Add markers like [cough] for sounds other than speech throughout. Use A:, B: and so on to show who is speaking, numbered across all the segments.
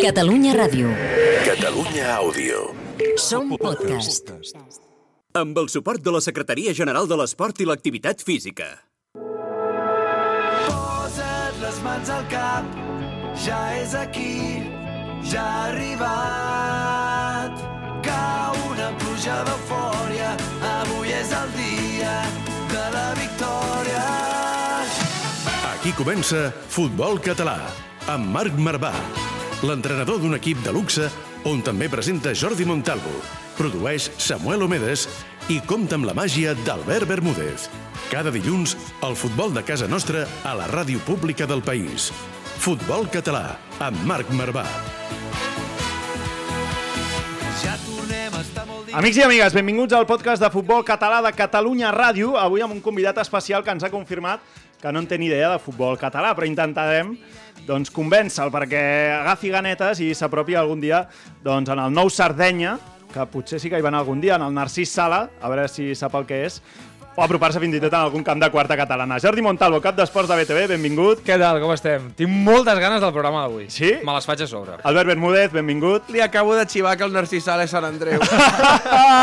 A: Catalunya Ràdio.
B: Catalunya Àudio.
A: Som podcast.
C: Amb el suport de la Secretaria General de l'Esport i l'Activitat Física.
D: Posa't les mans al cap, ja és aquí, ja ha arribat. Cau una pluja d'eufòria, avui és el dia de la victòria.
B: Aquí comença Futbol Català, amb Marc Marvà, l'entrenador d'un equip de luxe on també presenta Jordi Montalvo, produeix Samuel Omedes i compta amb la màgia d'Albert Bermúdez. Cada dilluns, el futbol de casa nostra a la ràdio pública del país. Futbol Català, amb Marc Marvà.
D: Ja tornem a estar molt dins.
E: Amics i amigues, benvinguts al podcast de futbol català de Catalunya Ràdio. Avui amb un convidat especial que ens ha confirmat que no en té ni idea de futbol català, però intentarem doncs, convèncer-lo perquè agafi ganetes i s'apropi algun dia doncs, en el nou Sardenya, que potser sí que hi va anar algun dia, en el Narcís Sala, a veure si sap el que és, o apropar-se fins i tot en algun camp de quarta catalana. Jordi Montalvo, cap d'esports de BTV, benvingut.
F: Què tal, com estem? Tinc moltes ganes del programa d'avui.
E: Sí? Ah,
F: Me les faig a sobre.
E: Albert Bermúdez, benvingut.
G: Li acabo de xivar que el Narcís Sala és Sant Andreu.
E: [laughs]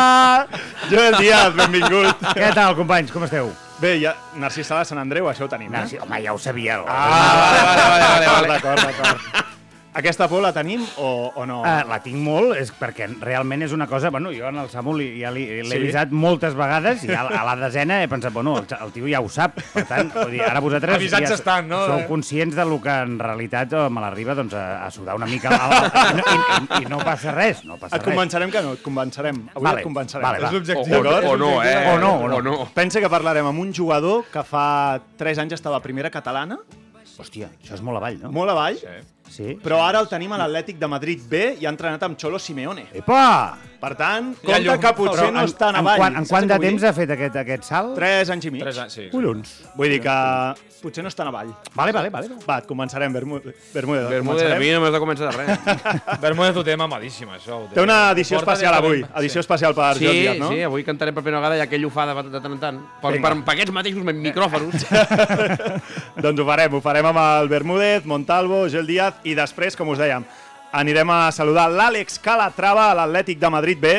E: Joel Díaz, benvingut.
H: Què tal, companys? Com esteu?
E: Bé, ja, Narcís Sala de Sant Andreu, això ho tenim, eh?
H: Gràcies. Ah, Home, ja ho sabíeu.
E: Ah,
G: vale, vale, vale, vale.
E: D'acord, d'acord, d'acord. Aquesta por la tenim o, o no?
H: Ah, la tinc molt, és perquè realment és una cosa... Bueno, jo en el Samu li, ja li- l'he sí? avisat moltes vegades i a, a la desena he pensat, bueno, el, el tio ja ho sap. Per tant, vull dir, ara vosaltres
F: Avisats
H: ja
F: estan, no?
H: sou conscients de lo que en realitat eh, me l'arriba doncs, a, a sudar una mica a la, i, no- i, i, no passa res, no passa
E: et convencerem que no, et convencerem. Avui
H: Vale,
E: et convencerem.
H: vale, va.
E: és l'objectiu,
G: O,
E: d'acord?
G: o no, eh?
H: O no, o no.
E: Pensa que parlarem amb un jugador que fa 3 anys estava a primera catalana,
H: res. Hòstia, això és molt avall, no?
E: molt avall,
H: Sí.
E: però ara el tenim a l'Atlètic de Madrid B i ha entrenat amb Xolo Simeone.
H: Epa!
E: Per tant,
F: Hi ha
E: compte
F: llum.
E: que potser no està en
H: en, en,
E: avall.
H: quant, en quant de temps ha fet aquest, aquest salt?
E: 3 anys i mig.
F: Tres anys, sí.
H: Collons.
E: Vull dir que potser no està en avall.
H: Vale, vale, vale.
E: Va, et començarem, Bermúdez. Bermúdez, et
G: Bermúdez, a
E: començarem.
G: mi no m'has de començar de res.
F: [laughs] Bermúdez ho té mamadíssim, això. ho
E: Té una edició
F: Porta
E: especial avui,
F: directament.
E: edició especial per
G: sí,
E: Jordi, no?
G: sí,
E: [laughs]
G: avui cantarem per primera vegada ja aquell ofà de, de tant en tant. Per,
E: Vinga. Eh.
G: per, per aquests mateixos
E: [laughs]
G: micròfons.
E: doncs ho farem, ho farem amb el Bermúdez, Montalvo, Gel Díaz i després, com us dèiem, anirem a saludar l'Àlex Calatrava a l'Atlètic de Madrid B,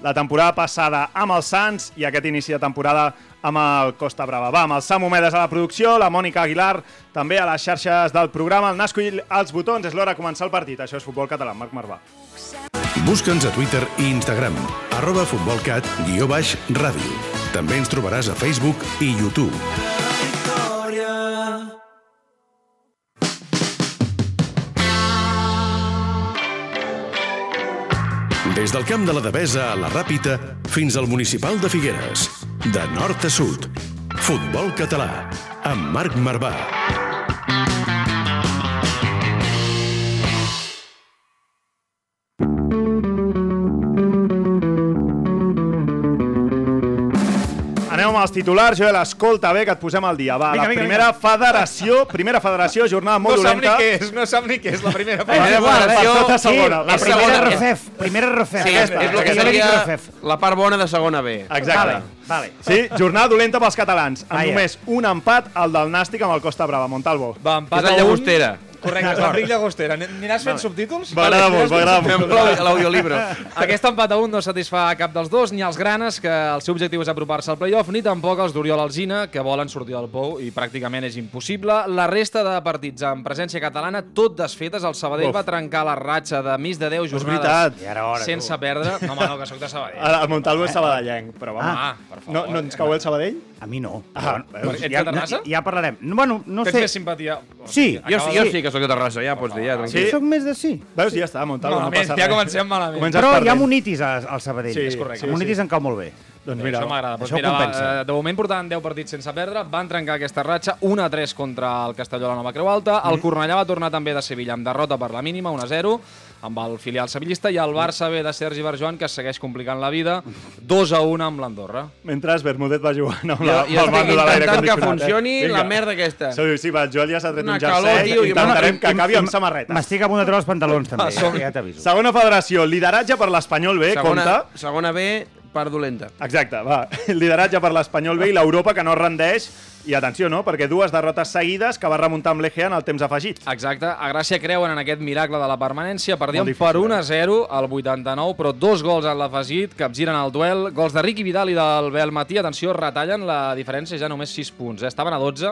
E: la temporada passada amb els Sants i aquest inici de temporada amb el Costa Brava. Va, amb el Samu Medes a la producció, la Mònica Aguilar també a les xarxes del programa, el Nasco i els botons, és l'hora de començar el partit. Això és Futbol Català, Marc Marvà.
B: Busca'ns a Twitter i Instagram, arroba futbolcat, guió baix, ràdio. També ens trobaràs a Facebook i YouTube. Des del camp de la Devesa a la Ràpita fins al municipal de Figueres. De nord a sud. Futbol català. Amb Marc Marvà.
E: Anem amb els titulars, Joel, escolta bé que et posem al dia. Va,
H: Vinga,
E: la
H: vinga,
E: primera federació, primera federació, jornada molt
F: No sap ni
E: dolenta.
F: què és, no sap ni què és la primera
H: Eh,
F: part.
H: és igual,
E: Per
G: Jo-
E: tota segona.
H: La
G: És
H: primera
G: segona.
H: refef, primera refef.
G: Sí, és, és el que
H: Jo li dic
G: seria
H: refef.
G: la part bona de segona B.
E: Exacte.
H: Vale, vale.
E: Sí, jornada dolenta pels catalans. Amb
H: Vaja.
E: només un empat, el del Nàstic amb el Costa Brava, Montalvo.
F: Va,
G: És
F: empat
G: la
F: a un.
G: llagostera.
F: Correcte, és l'Enric Llagostera. N- Aniràs fent subtítols?
E: M'agrada molt, m'agrada
G: Fem
E: molt.
G: l'au- l'audiolibro.
F: Aquest empat a un no satisfà a cap dels dos, ni als granes, que el seu objectiu és apropar-se al playoff, ni tampoc als d'Oriol Alzina, que volen sortir del pou i pràcticament és impossible. La resta de partits en presència catalana, tot desfetes. El Sabadell
E: Uf.
F: va trencar la ratxa de més de 10
E: És
F: jornades
E: veritat.
H: I ara hora,
F: sense perdre. No, home, no, que sóc de Sabadell.
G: Ah,
E: El Montalvo és sabadellenc, però va.
F: Ah, per favor.
E: No, no ens cau el Sabadell?
H: A mi no.
E: Ah,
H: Però,
E: veus?
H: doncs,
F: Ets de
H: ja,
F: Terrassa?
H: ja parlarem. No, Bueno, no
F: Tens
H: sé.
F: més simpatia?
H: Sí,
G: Jo,
F: Acaba
G: jo
F: de- Ah,
G: sí que sóc de Terrassa, ja pots dir, ja,
E: Sí.
G: tranquil.
H: Soc més de sí.
E: Veus? Ja està, Montalvo, no
F: Malament,
E: passa
F: ja
E: res.
F: comencem malament.
E: Comences
H: Però hi ha
E: perdent.
H: monitis a- al Sabadell.
E: Sí, és correcte.
H: El
E: Sí,
H: monitis
E: sí.
H: em cau molt bé.
E: Doncs mira,
F: Mira, això m'agrada. Doncs
H: això
F: mira, va,
H: compensa.
F: eh, de moment portaven 10 partits sense perdre, van trencar aquesta ratxa, 1-3 contra el Castelló a la Nova Creu Alta, el Cornellà va tornar també de Sevilla amb derrota per la mínima, 1-0, amb el filial sevillista, i el Barça ve de Sergi Barjoan, que es segueix complicant la vida, 2-1 amb l'Andorra.
E: mentre Bermúdez va jugant amb,
G: Jo,
E: la, amb
G: jo
E: el
G: estic
E: mando de l'aire
G: intentant que
E: condicionat. eh?
G: funcioni la
E: Vinga.
G: merda aquesta.
E: Sí, sí, va, el Joel ja s'ha tret
G: Una
E: un
G: calor,
E: jersei.
G: tio, i-
E: Intentarem que acabi amb
H: Reta.
E: samarreta.
H: M'estic a punt de treure els pantalons, també. eh,
F: Ah, som-
H: Ja t'aviso.
E: Segona federació, lideratge per l'Espanyol B,
G: Segona,
E: compte.
G: segona B, part dolenta.
E: [laughs] Exacte, va. El lideratge per l'Espanyol B i l'Europa que no es rendeix I atenció, no? Perquè dues derrotes seguides que va remuntar amb l'Egea en el temps afegit.
F: Exacte, a Gràcia creuen en aquest miracle de la permanència, perdien
E: Molt difícil,
F: per
E: eh?
F: 1 a 0 al 89, però dos gols en l'afegit, capgiren el duel, gols de Ricky Vidal i del Bel Matí, atenció, retallen la diferència ja només 6 punts, eh? estaven a 12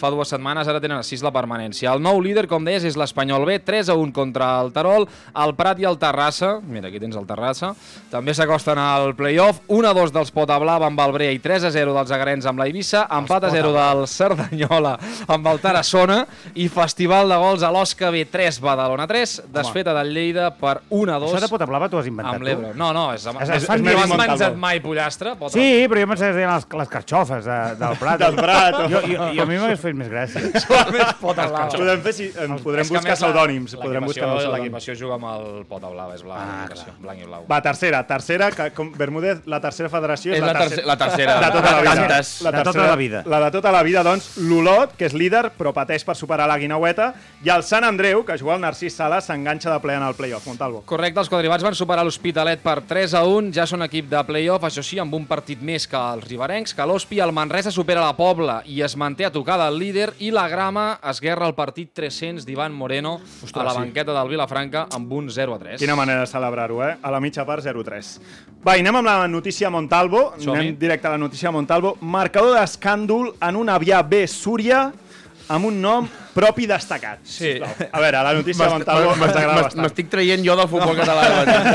F: fa dues setmanes, ara tenen a 6 la permanència. El nou líder, com deies, és l'Espanyol B, 3 a 1 contra el Tarol, el Prat i el Terrassa, mira, aquí tens el Terrassa, també s'acosten al playoff, 1 a 2 dels Potablava amb el Brea i 3 a 0 dels Agarens amb la Eivissa, empat a 0 del Cerdanyola amb el Tarassona i festival de gols a l'Osca B3 Badalona 3, desfeta del Lleida per 1 a 2
H: Això de Potablava t'ho has inventat
F: amb l'Ebre. No, no, és,
H: És-
F: és,
H: és
F: és, és, no has
H: Medi
F: menjat
E: Montalvo.
F: mai pollastre?
H: tu?
F: Potablava?
H: Sí, però jo pensava que es deien les, les carxofes de, del Prat.
E: Del Prat, o-
H: Jo, jo, jo a mi m'hagués fet més
F: [laughs]
H: gràcia.
F: Solament Potablava.
E: Podem fer si en podrem
F: Ah. És que, a
E: buscar
F: més, la-
E: pseudònims. Podrem
F: l'equipació-
E: buscar molts pseudònims.
F: L'equipació juga amb el pota blava, és blanc, ah, l'equipació, blanc i blau.
E: Va, tercera, tercera, que com Bermúdez, la tercera federació és,
G: És la, tercera, la tercera.
E: De tota la vida.
G: Tantes.
H: La- De tota
E: tercera-
H: la vida.
E: La de tota la vida, doncs, l'Olot, que és líder, però pateix per superar la Guinaueta, i el Sant Andreu, que juga al Narcís Sala, s'enganxa de ple en el playoff. Montalvo.
F: Correcte, els quadribats van superar l'Hospitalet per 3 a 1, ja són equip de play-off, això sí, amb un partit més que els riberencs, que l'Hospi el Manresa supera la Pobla i es manté a tocar del líder, i la Grama es guerra el partit 300 d'Ivan Moreno a la banqueta del Vilafranca amb un 0 a 3.
E: Quina manera de celebrar-ho, eh? A la mitja part, 0-3. Va, i anem amb la notícia Montalvo.
F: Som-hi.
E: Anem directe a la notícia Montalvo. Marcador d'escàndol en un avià B Súria amb un nom propi destacat.
F: Sí.
E: sisplau. A veure, la notícia Montalvo ens agrada
G: M'est-
E: bastant.
G: M'estic traient jo del futbol
E: [laughs]
G: català. eh,
E: A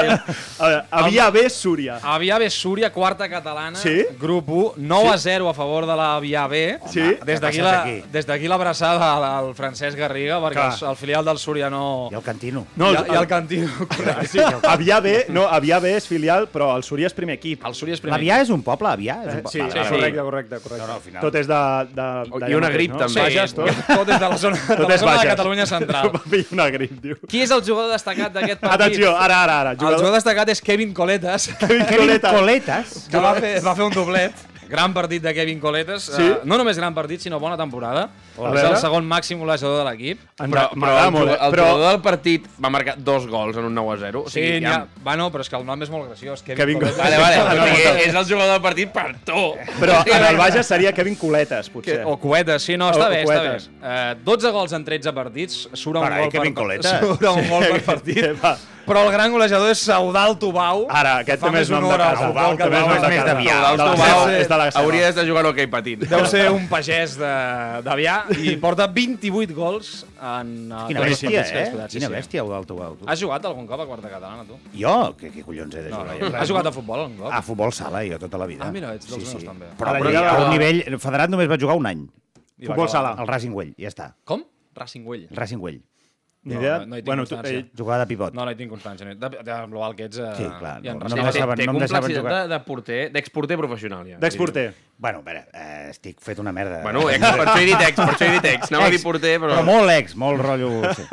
E: veure, avià B Súria.
F: Avià B, Súria, quarta catalana,
E: Sí?
F: grup 1, 9 a 0 a favor de l'Avià B.
E: Sí. Home,
F: Des d'aquí
H: què passes
F: la-
H: aquí?
F: des d'aquí l'abraçada la, al Francesc Garriga, perquè
E: Clar.
F: el, el filial del Súria no...
H: I el Cantino.
E: No,
F: I,
E: el-
F: i el Cantino, correcte.
E: Sí, avià B, no, avià B és filial, però el Súria és primer equip. Eh,
F: El Súria és primer.
H: L'Avià és un poble, Avià? És un
E: Sí,
H: poble.
E: sí,
F: sí.
E: correcte, correcte, correcte.
H: No, no, al final.
E: Tot és de... de, de
G: I una grip,
E: no?
G: també.
F: Vages, tot, tot és de la zona, de,
E: Tot
F: la
E: és
F: zona de
E: Bages.
F: Catalunya [laughs] Central.
E: Va pillar una grip, diu.
F: Qui és el jugador destacat d'aquest
E: [laughs]
F: partit?
E: Atenció, ara, ara, ara.
F: El
E: [laughs]
F: jugador destacat és Kevin Coletas, que
H: Kevin Coletas.
F: va fer, va fer un doblet. Gran partit de Kevin Coletas.
E: Sí?
F: Eh, no només gran partit, sinó bona temporada.
E: A
F: és el
E: veure.
F: segon màxim golejador de l'equip.
E: Ens-
G: Però, però
E: M'agrada
G: el,
E: molt,
G: jugador,
E: eh?
G: el
E: però
G: jugador del partit va marcar dos gols en un 9 a 0. O
F: Sí,
G: sigui,
F: ja... Va, no, però és que el nom és molt graciós. Kevin,
E: Kevin
F: Coletas. [laughs]
G: Vale, vale. [laughs] o sigui, és el jugador del partit per tu.
E: Però
G: [laughs]
E: en el Bages seria Kevin Culetes,
F: Que,
E: potser.
F: o cuetes, sí, no, està
E: O- o
F: bé, està bé.
E: cuetes.
F: Eh, 12 gols en 13 partits, surt un
H: Carai,
F: gol
H: Kevin
F: per, [laughs]
H: Coletas.
F: surt un gol per
E: eh, Sí,
F: partit.
E: va.
F: Però el gran golejador és Saudal Tubau.
E: Ara, aquest
F: Fa
E: té més
F: més
E: nom de
F: honor al
E: casa.
F: futbol
E: té
F: català,
E: nom de
H: és més
E: casa.
H: d'Avià.
E: De la
G: Del
E: seva,
G: Tubau,
E: és de la seva.
G: Hauria d'estar jugant a hoquei patint.
F: Deu ser un pagès de- d'Avià
H: [laughs]
F: i porta 28 gols en eh, tots
H: Quina
F: els
H: bèstia,
F: partits que ha
H: eh?
F: disputat, sí, sí.
H: Quina bèstia, Eh, Eudal Tubau. tu.
F: Has jugat algun cop a quarta catalana, tu?
H: Jo? Què, què collons he de jugar? jo?
F: Has jugat a futbol algun cop?
H: A futbol sala, jo, tota la
F: Ah,
H: vida.
F: mira, ets dels meus, també.
H: Però,
E: A la
H: però
E: Lliga
H: a
E: de-
H: un nivell... Federat només va jugar un any.
F: I
E: Futbol
F: va
E: sala.
H: El Racing Güell, ja està.
F: Com? Racing Güell.
H: El Racing Güell.
E: Ni
F: No,
E: idea.
F: no, no hi tinc
E: Bueno, tu,
F: constància.
E: eh,
H: Jugava de pivot.
F: No, no hi tinc constància. no. De, de, amb lo alt que ets... Eh,
H: Sí, clar,
F: ja em
H: no,
F: resta-
H: no me la saben,
G: té
H: no em deixaven
G: complexitat
H: jugar.
G: de, de porter, d'exporter professional, ja.
E: D'exporter.
H: Bueno, a veure, eh, estic fet una merda. Eh,
G: Bueno, ex, per això he dit ex, per això he dit ex. Anava a dir porter, però...
H: Però molt ex, molt rotllo... Sí.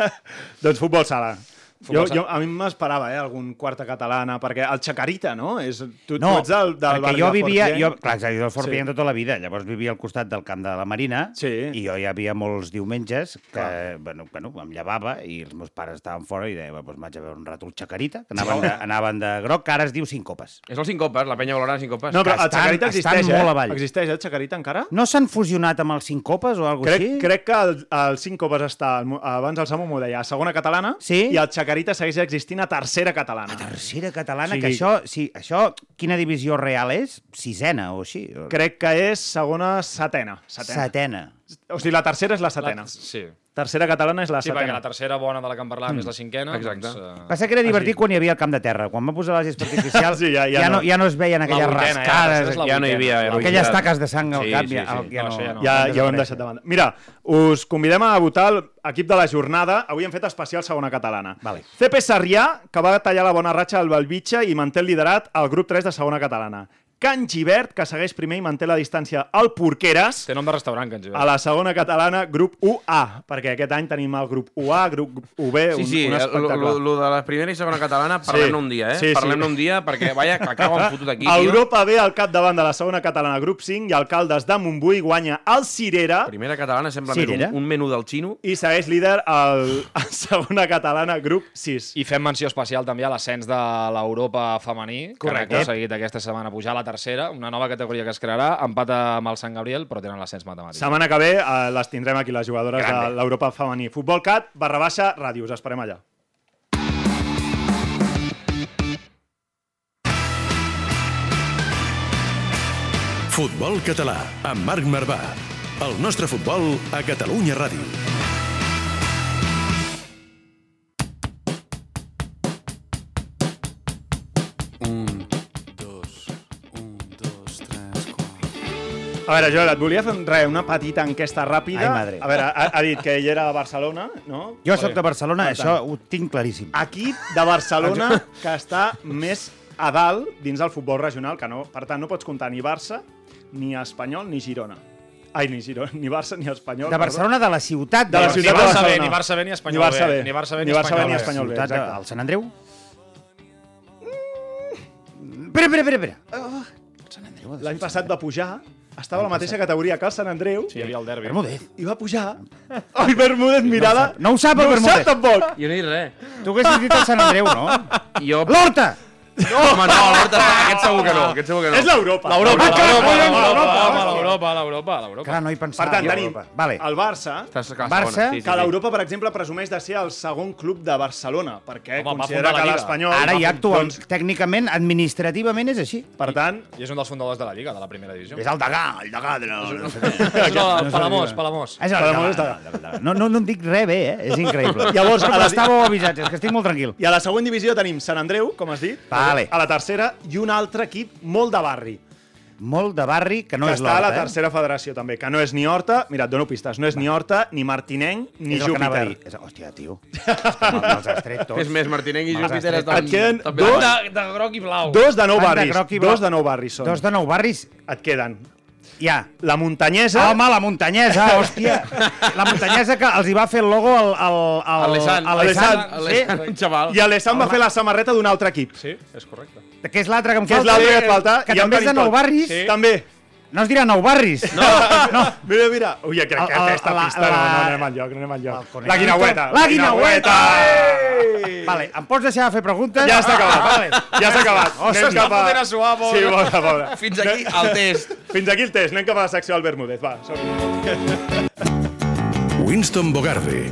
E: Doncs futbol sala.
F: Futbol
E: Jo,
F: sala.
E: jo, a mi m'esperava, eh, algun quarta catalana, perquè el Chacarita, no? És, tu,
H: No,
E: tu ets del, del
H: perquè
E: barri
H: jo
E: de
H: vivia...
E: Fortià.
H: Jo, clar, exacte, jo del Fort
E: Sí.
H: Pienc tota la vida, llavors vivia al costat del camp de la Marina
E: Sí.
H: i jo hi havia molts diumenges que bueno, bueno, em llevava i els meus pares estaven fora i deia, doncs vaig a veure un rato el Chacarita, que
E: [laughs]
H: anaven, de, anaven de groc, que ara es diu cinc copes.
G: És el cinc copes, la penya valorarà cinc copes.
E: No, però el
H: estan-
E: Chacarita
H: estan
E: existeix,
H: molt
E: eh?
H: avall.
E: Existeix, eh, el Chacarita, encara?
H: No s'han fusionat amb els cinc copes o alguna
E: Crec,
H: així?
E: crec que el, el 5 copes està, al mo- abans el Samu m'ho deia, a segona catalana,
H: Sí?
E: i el Chacarita segueix existint a tercera catalana.
H: Tercera catalana,
E: O sigui-
H: que això, sí, això, quina divisió real és? Sisena o així? o-
E: Crec que és segona setena. setena.
H: Setena.
E: O sigui, la tercera és la setena.
F: La, sí,
E: Tercera catalana és la
F: sí perquè
E: setena.
F: la tercera bona de la que en parlàvem
H: Mm.
F: és la cinquena.
G: Exacte.
F: Doncs,
H: Passa que era divertit
E: Ah, sí.
H: quan hi havia el camp de terra. Quan va posar la gespa
E: [laughs]
H: artificial
E: Sí, ja- ja
H: ja, no.
E: no.
H: ja no es veien aquelles
F: vuitena, ja,
H: rascades,
F: tercera és la
G: ja no hi havia...
F: vuitena.
H: aquelles
G: heroïcitat.
H: taques de sang al
G: Sí,
H: cap.
G: sí,
H: ja,
G: sí.
H: el- ja,
F: No,
H: no,
F: això ja no.
E: ja,
H: han
E: ja ho hem
H: desaparèixer.
E: deixat de banda. Mira, us convidem a votar l'equip de la jornada. Avui hem fet especial segona catalana.
H: Vale.
E: CP Sarrià, que va tallar la bona ratxa al Balbitxa i manté el liderat al grup 3 de segona catalana. Can Givert, que segueix primer i manté la distància al Porqueres.
F: eh, té nom de restaurant, que ens hi
E: A la segona catalana, grup 1A, perquè aquest any tenim el grup 1A, grup 1B,
G: Sí,
E: un,
G: sí,
E: un
G: el,
E: espectacle.
G: el, de la primera i segona catalana, parlem-ne un dia, eh?
E: Sí, sí.
G: Parlem-ne un dia, perquè, vaja, que acaben fotut aquí,
E: A
G: tio.
E: Europa ve al capdavant de la segona catalana, grup 5, i Alcaldes de Montbui guanya el Cirera
G: Primera catalana sembla
H: Sí,
G: més un,
H: era.
G: un menú del xino.
E: i segueix líder al, [laughs] a segona catalana, grup 6.
F: I fem menció especial també a l'ascens de l'Europa femení,
E: Correcte.
F: que ha aconseguit aquesta setmana pujar a la tercera, una nova categoria que es crearà, empata amb el Sant Gabriel, però tenen l'ascens matemàtic.
E: Setmana que ve eh, les tindrem aquí, les jugadores de l'Europa femení. Futbol Cat, barra baixa, ràdio. Us esperem allà.
B: Futbol català, amb Marc Marvà. El nostre futbol a Catalunya Ràdio.
E: A veure, Joel, et volia fer un- re, una petita enquesta ràpida.
H: Ai, madre.
E: A veure, ha, ha dit que ell era de Barcelona, no?
H: Jo sóc de Barcelona,
E: Per tant.
H: això ho tinc claríssim.
E: Equip de
H: [laughs]
E: Barcelona que està més a dalt dins del futbol regional, que no, per tant no pots comptar ni Barça, ni Espanyol, ni Girona. Ai, ni Girona, ni Barça, ni Espanyol.
H: De Barcelona, de la ciutat
E: De la
H: Barcelona.
E: ciutat de
F: ni Barça B,
E: Barcelona.
F: ni Barça B, ni Espanyol
E: Ni Barça
F: B.
E: B.
F: Ni Barça B, ni
E: Ni Barça B, ni
F: Espanyol B.
E: Espanyol B,
H: ciutat de-
E: exacte.
H: el Sant Andreu? Mm, Espera, espera, espera, espera.
E: L'any passat va pujar, estava a la mateixa categoria que el Sant Andreu,
F: Sí, hi havia el derbi.
H: Bermúdez.
E: i va pujar... Ai, Bermúdez, mirada...
H: No ho sap,
E: no
H: el
E: ho
H: Bermúdez.
E: sap tampoc!
G: Jo no he dit res.
H: Tu haguessis dit el Sant Andreu, no?
G: Jo...
H: L'Horta!
G: No, home, no, l'Horta, aquest segur que no. Aquest segur que no.
E: És l'Europa.
G: L'Europa,
H: Ah, clar,
G: l'Europa,
H: collons,
G: l'Europa,
H: l'Europa.
G: l'Europa, l'Europa, l'Europa.
H: Clar, no hi
E: Per
H: pensava.
E: tant,
H: jo,
E: tenim
H: Europa. Vale.
E: el Barça,
G: Estàs a casa,
H: Barça,
G: bona, sí, sí,
E: que
G: sí.
E: l'Europa, per exemple, presumeix de ser el segon club de Barcelona, perquè
F: Home, va
E: considera
F: fundar la
E: que
F: Lliga.
E: l'Espanyol... va
H: Ara ja
E: fund-
H: actual,
E: doncs,
H: tècnicament, administrativament és així.
E: Per tant,
F: I és un dels fundadors de la Lliga, de la primera
H: [laughs]
F: divisió.
H: És el Degà, el Degà de la...
F: És el Palamós, Palamós.
H: És el
E: Palamós
H: Degà. el Degà. No, no, no en dic res bé, eh? És increïble.
E: Llavors,
H: no,
E: a
H: però
E: la-
H: estàveu avisats, és que estic molt tranquil.
E: I a la següent divisió tenim Sant Andreu, com has dit,
H: Vale.
E: a la tercera, i un altre equip molt de barri,
H: Molt de barri, que no
E: que
H: és
E: està a
H: l'Horta,
E: la
H: eh?
E: tercera federació també, que no és ni Horta, mira, et dono pistes, no és ni Horta, ni Martinenc, ni
H: és el que anava a
E: Júpiter.
H: dir. És, hòstia, tio. És que me- Me'ls has tret tots.
G: És més, Martinenc i
H: Me'ls has
G: Júpiter
H: tret
G: estan...
E: Et queden
G: estan bé.
E: dos,
F: De, de groc i blau.
E: dos de nou
H: Banda
E: barris,
H: groc i blau.
E: dos de nou barris són.
H: Dos de nou barris,
E: Et queden
H: hi ha.
E: la Muntanyesa,
H: Home, la muntanyesa, hòstia. La muntanyesa que els hi va fer el logo al... al, al
G: Alessand.
H: a l'Alessand,
G: Alessand,
E: Eh?
G: Alessand, un xaval.
E: i a l'Essam va fer la samarreta d'un altre equip.
F: Sí, és correcte.
H: Sí, que és l'altre que em
E: Que és
H: falta.
E: l'altre que et falta.
H: Que
E: i ja ho
H: també és de
E: tenim
H: nou
E: tot.
H: barris.
E: Sí. També.
H: No es dirà nou barris. [laughs] No.
E: No. Mira, mira. Ui, crec que
H: El- el-
E: aquesta
H: la-
E: pista
H: la-
E: no, no anem al lloc, no anem al lloc.
H: Conejito.
E: La guinaueta.
H: La guinaueta!
E: Ei!
H: Vale, em pots deixar de fer preguntes?
E: Ja està acabat,
H: Ah, vale.
E: ja s'ha acabat.
H: Oh,
E: Anem
H: s'està
E: cap
F: fotent a suar, pobre.
H: eh?
E: Sí, pobre, pobre.
G: Fins aquí el test.
E: Fins aquí el test, anem cap a la secció del Bermúdez, va. som-hi.
B: Winston Bogarde,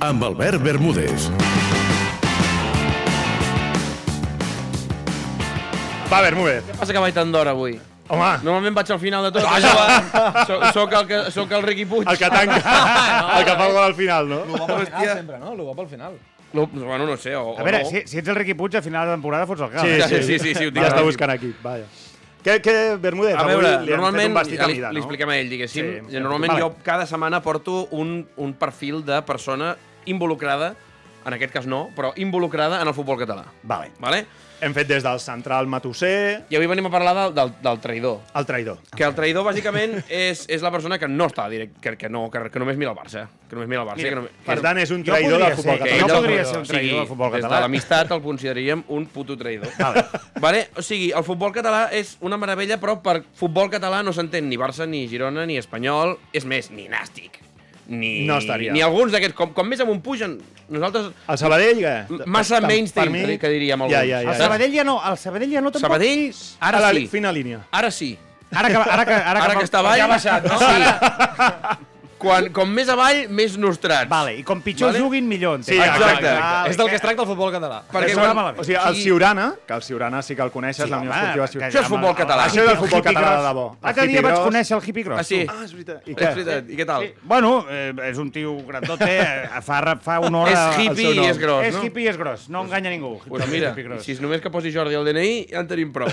B: amb Albert Bermúdez.
E: Va, Bermúdez.
G: Passa que vaig tant d'hora avui.
E: Home,
G: Normalment vaig al final de tot. Ah, soc, soc, el que, soc el Riqui Puig.
E: el que tanca, el que fa el gol al final, no?
F: L'ho Ah, va pel final sempre, no? L'ho va pel final.
G: No, bueno, no sé, o,
H: A veure,
G: o no.
H: si, si ets el Riqui Puig, a final de temporada fots el cap.
G: Sí, sí, sí, sí, sí, ho tinc
E: ja està
G: clar.
E: buscant aquí, vaja. Què, què Bermúdez?
G: A veure,
E: Avui li han fet
G: normalment,
E: un vestit
G: ja
E: a
G: li,
E: mida,
G: li
E: no?
G: expliquem a ell, diguéssim.
E: Sí,
G: Sí, normalment
E: vale.
G: jo cada setmana porto un, un perfil de persona involucrada, en aquest cas no, però involucrada en el futbol català.
H: Vale.
G: Vale?
E: Hem fet des del central Matusser,
G: I avui venim a parlar del, del, del traïdor.
E: el traïdor.
G: Que el traïdor, bàsicament, és, és la persona que no està direct, que, que, no, que, que només mira el Barça. Que només mira el Barça. que no,
E: Per tant, és un
H: Jo
E: traïdor
H: podria
E: del futbol
H: ser,
G: que
H: no
G: ell
E: català.
G: del-
H: podria ser un traïdor
G: o sigui,
H: del futbol
G: Des
H: català.
G: de l'amistat el consideraríem un puto traïdor.
H: Vale.
G: Vale? O sigui, el futbol català és una meravella, però per futbol català no s'entén ni Barça, ni Girona, ni Espanyol, és més, ni Nàstic. Ni,
E: No estaria.
G: ni alguns d'aquests. Com, com més amunt pugen, nosaltres...
E: El Sabadell, què?
G: Massa
E: Per- per
G: mainstream,
E: mi-
G: que diríem alguns.
E: Ja, ja,
H: El
E: ja.
H: Sabadell ja no, el Sabadell ja no tampoc.
G: Sabadell,
E: a
G: ara
E: la
G: sí.
E: fina línia.
G: Ara sí.
H: Ara que, ara que, ara
G: Ara que està avall...
H: Ja ha baixat, no?
G: Sí. [laughs] Quan, com més avall, més nostrats.
H: Vale, i com pitjor
G: Vale.
H: juguin, millor. entenc.
E: Sí,
G: exacte.
H: Vale,
F: és del que es tracta el futbol català.
G: Perquè
H: Això
G: quan-
H: va malament.
E: O sigui, el
G: Sí.
E: Ciurana, que el Ciurana sí que el coneixes, la Unió
H: home,
E: Esportiva
H: que-
E: Ciurana.
G: Això és futbol català.
E: Això és el futbol català de debò.
H: L'altre
E: El
H: dia vaig
E: Hippie
H: conèixer el hippie cross.
G: Ah, sí.
E: Ah, és veritat. I
G: És
E: què?
G: veritat. I què tal?
H: Sí. Bueno, eh, és un tio grandote, eh, fa, fa una hora...
G: És
H: al
G: hippie
H: seu nom.
G: i és gros,
H: És
G: no?
H: hippie i és gros, no enganya ningú.
G: Pues
H: També
G: mira,
H: hippie gros.
G: si és només que posi Jordi al DNI, ja en tenim prou.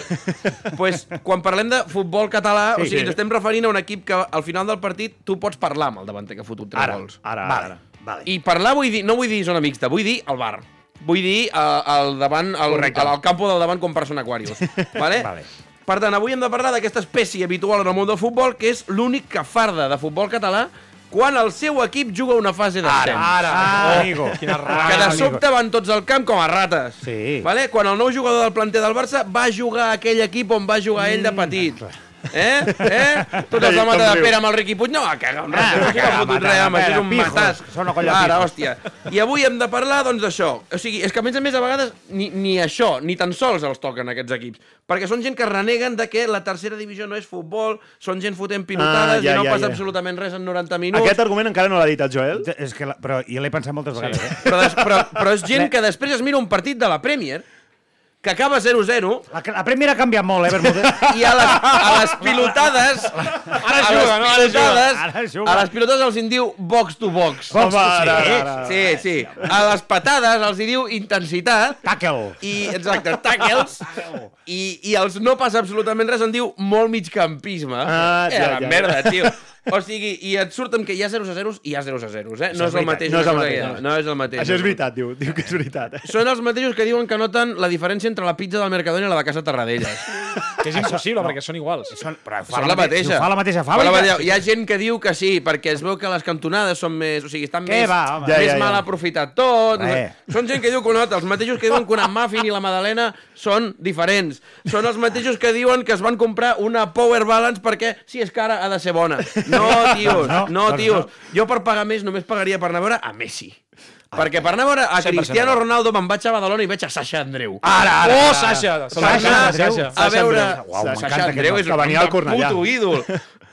G: pues, quan parlem de futbol català, sí, o sigui, ens estem referint a un equip que al final del partit tu pots parlar amb el davanter que ha fotut tres
E: Ara,
G: gols.
E: ara,
H: Vale,
E: ara.
H: vale.
G: I parlar vull dir, no vull dir zona mixta, vull dir al bar. Vull dir eh, al davant, al, al, al campo del davant com
H: [laughs]
G: Person Aquarius. Vale?
H: Vale.
G: Per tant, avui hem de parlar d'aquesta espècie habitual en el món del futbol, que és l'únic que farda de futbol català quan el seu equip juga una fase d'ascens.
H: Ara, ah, amigo. Quina
G: que de sobte van tots al camp com a rates.
H: Sí. Mm,
G: Vale? Quan el nou jugador del planter del Barça va jugar a aquell equip on va jugar ell de petit. Eh? Eh? Tu t'has de
E: Tom
G: matar de
E: riu.
G: Pere amb el Riqui Puig? No, a cagar un res.
H: Ah,
G: Aquí no
H: cagar,
G: ha fotut
H: matar,
G: res,
H: a
G: home, això és
H: veure,
G: un
H: pijos,
G: matàs.
H: són una colla de
G: Ara,
H: pijos.
G: hòstia. I avui hem de parlar, doncs, d'això. O sigui, és que, a més a més, a vegades ni, ni això, ni tan sols els toquen aquests equips. Perquè són gent que reneguen de que la tercera divisió no és futbol, són gent
H: Ah,
G: fotent pilotades
E: ja,
G: i no
E: ja,
G: passa
E: ja.
G: absolutament res en 90 minuts.
E: Aquest argument encara no l'ha dit el Joel.
H: És que la, però jo l'he pensat moltes vegades, eh?
G: però, des, però, però és gent que després es mira un partit de la Premier que acaba 0-0
H: La, la Premier ha canviat molt, eh, Bermúdez?
G: i a les, a les pilotades ara
F: juga, no? Ara juga.
H: Ara juga.
G: a les pilotades els en diu box to box
H: Box to-
E: ara,
H: sí,
E: ara, ara.
G: sí, sí, a les patades els hi diu intensitat
H: Tackle.
G: i, exacte, tackles i, i els no passa absolutament res en diu molt migcampisme
E: Ah,
G: eh,
E: ja,
G: la
E: ja.
G: merda, tio o sigui, i et surt amb que hi ha 0 a 0 i hi ha 0 a 0 eh? no, és el
H: veritat.
G: mateix,
E: No és el
G: una cosa
E: mateix,
G: que hi ha.
E: no.
G: no és el mateix
E: Això és veritat, diu. Diu que és veritat. Eh?
G: Són els mateixos que diuen que noten la diferència entre la pizza del Mercadona i la de Casa Tarradellas.
F: Que és impossible, perquè són iguals.
H: Són, però fa
G: Són la
H: mate-
G: mateixa.
H: si ho Fa la mateixa
G: Fa la
H: fàbrica.
G: mateixa- Hi ha gent que diu que sí, perquè es veu que les cantonades són més... O sigui, estan
H: Què
G: més,
H: va, home?
G: més
E: Ja, ja, ja.
G: mal aprofitat tot. no sé.
H: Res.
G: Són gent que diu que ho nota. Els mateixos que diuen que una muffin i la magdalena són diferents. Són els mateixos que diuen que es van comprar una power balance perquè, si és cara, ha de ser bona. No, tios, no,
H: [laughs] no, doncs
G: tios.
H: no.
G: Jo per pagar més només pagaria per anar a veure a Messi. Perquè per anar a veure a
F: 100%
G: Cristiano Ronaldo me'n vaig a Badalona i veig a Sasha Andreu.
H: Ara, ara,
F: Oh,
H: ara.
F: Sasha!
G: Sasha,
F: Sasha.
G: a veure...
H: Uau,
G: Sasha
H: m'encanta aquest
G: Andreu
H: nom.
G: és
E: que venia al Cornellà.
G: puto ídol.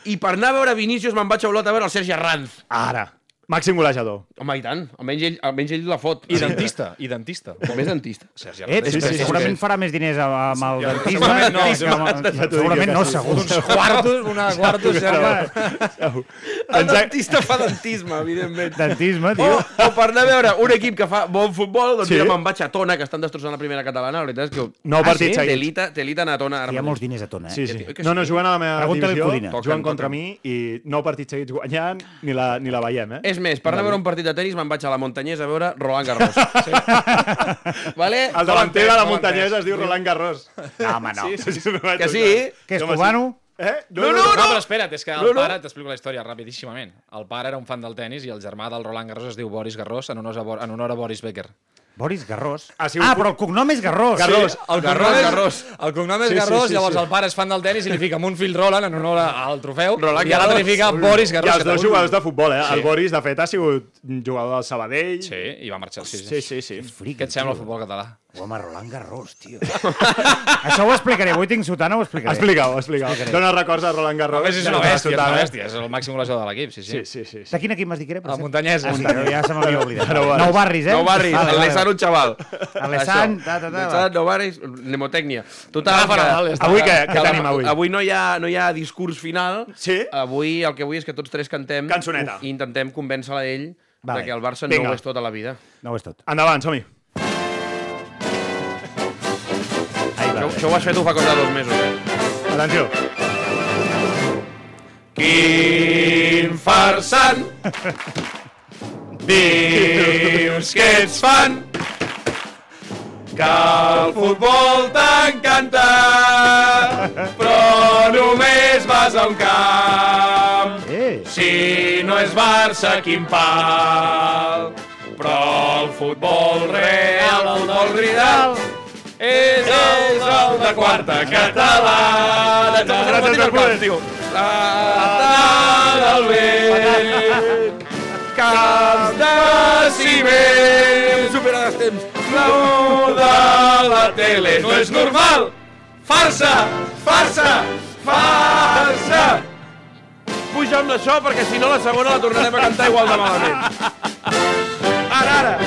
G: I per anar a veure Vinícius me'n vaig a Olot a veure el Sergi Arranz.
E: [laughs] Ara. Màxim golejador.
G: Home, i tant. Almenys ell, almenys ell la fot.
F: I dentista, i dentista.
G: Més dentista.
F: Sergi
H: Eh,
F: Arnau.
E: sí,
H: però
E: sí,
H: segurament
G: sí.
H: farà més diners amb el dentisme.
F: segurament no,
H: que amb el-
E: ja t'ho dic
H: segurament
E: jo
H: no,
E: que sí.
H: segur.
F: Uns quartos, una quartos, sergi.
G: El
E: Ens ha-
G: dentista fa dentisme, evidentment.
H: Dentisme,
G: O,
H: tio.
G: o per anar a veure un equip que fa bon futbol, doncs
E: Sí.
G: sí. mira, me'n vaig a Tona, que estan destrossant la primera catalana. La veritat és que... Ah,
E: Nou partits seguits.
G: Telita, telita anar a Tona.
H: Hi
G: Ara
H: ha molts
G: mateix.
H: diners a tona, eh?
E: Sí,
G: Que
E: sí.
G: sí, que
E: No, no,
G: sí.
E: juguen a la meva
H: Pregunta-li
E: divisió,
H: al Codina.
E: juguen
G: Toquen,
E: contra
G: toquen.
E: mi i nou partits seguits guanyant, ni la, ni la veiem, eh? [laughs]
G: És més, per anar a veure un partit de tennis me'n vaig a la Montanyesa a veure Roland Garros. Sí. vale?
E: El davanter de la muntanyesa es diu Roland Garros.
H: No, home, no.
E: [laughs]
G: Que
E: Que
G: sí.
H: Que és
E: Home, sí.
H: cubano?
E: Eh?
G: No, no,
F: No, però espera't, és que el
G: No, no.
F: pare, t'explico la història rapidíssimament. El pare era un fan del tennis i el germà del Roland Garros es diu Boris Garros en honor a, Bor en honor a Boris Becker.
H: Boris Garros.
E: Ha
H: Ah,
E: sigut-
H: però el cognom és Garros.
E: Garros.
F: El
G: Garros, Garros.
F: El cognom és
E: Sí, sí,
F: Garros,
E: sí,
F: llavors
E: sí.
F: el pare és fan del tennis i li fica amb un fill Roland en honor a- al trofeu
G: Roland
F: i a l'altre li
G: Garros.
F: fica Boris
E: I
F: Garros.
E: els
F: que
E: dos
F: també-
E: jugadors de futbol, eh? El
F: Sí.
E: Boris, de fet, ha sigut jugador del Sabadell.
F: Sí, i va marxar. Sí,
E: Sí, sí,
F: sí.
E: sí.
H: Friqui,
F: Què et sembla el
H: tio.
F: futbol català?
H: Home, Roland Garros, tio. Això ho explicaré, avui tinc sotana, ho explicaré.
E: Explica-ho, explica-ho. Dona records a Roland Garros.
F: A més, és
E: que
F: una
E: ens va
F: bèstia, és
E: sotar,
F: una
E: eh?
F: bèstia. És el màxim golejador de l'equip, sí, sí.
E: Sí, sí, sí. sí.
H: De quin equip m'has dit que era? per
F: La
H: cert?
F: muntanyesa.
H: Ah, sí, no, ja se m'havia oblidat.
E: Nou barris.
H: Nou barris, eh?
G: Nou barris,
H: Vale,
G: vale,
H: vale.
G: Alessandro Chaval.
H: Alessand,
G: Això.
H: ta, ta, ta, va.
G: Alessand, Nou barris, mnemotècnia. Total,
F: Rafa Nadal, ja està.
E: Avui què- què tenim, avui?
G: Avui no hi, ha, no hi ha discurs final.
E: Sí?
G: Avui el que vull és que tots tres cantem
E: Cançoneta.
G: i intentem convèncer-la a ell
H: Vale.
G: de que el Barça
E: Vinga.
G: no ho és tota la vida.
H: No ho és tot.
E: Endavant, som-hi.
G: Això, això ho has fet tu fa cosa de dos mesos. Eh?
E: Atenció.
G: Quin farsant dius que ets fan que el futbol t'encanta però només vas a un camp
H: Eh,
G: Si no és Barça, quin pal. Però el futbol real, el futbol real, és el, del de quarta catalana.
E: Gràcies per poder, tio.
G: Patada del vent, camps de ciment. Supera els temps. L'au de la tele no és normal. Farsa, farsa, farsa. Puja amb això perquè si no la segona la tornarem a cantar igual de malament. Ara, ara.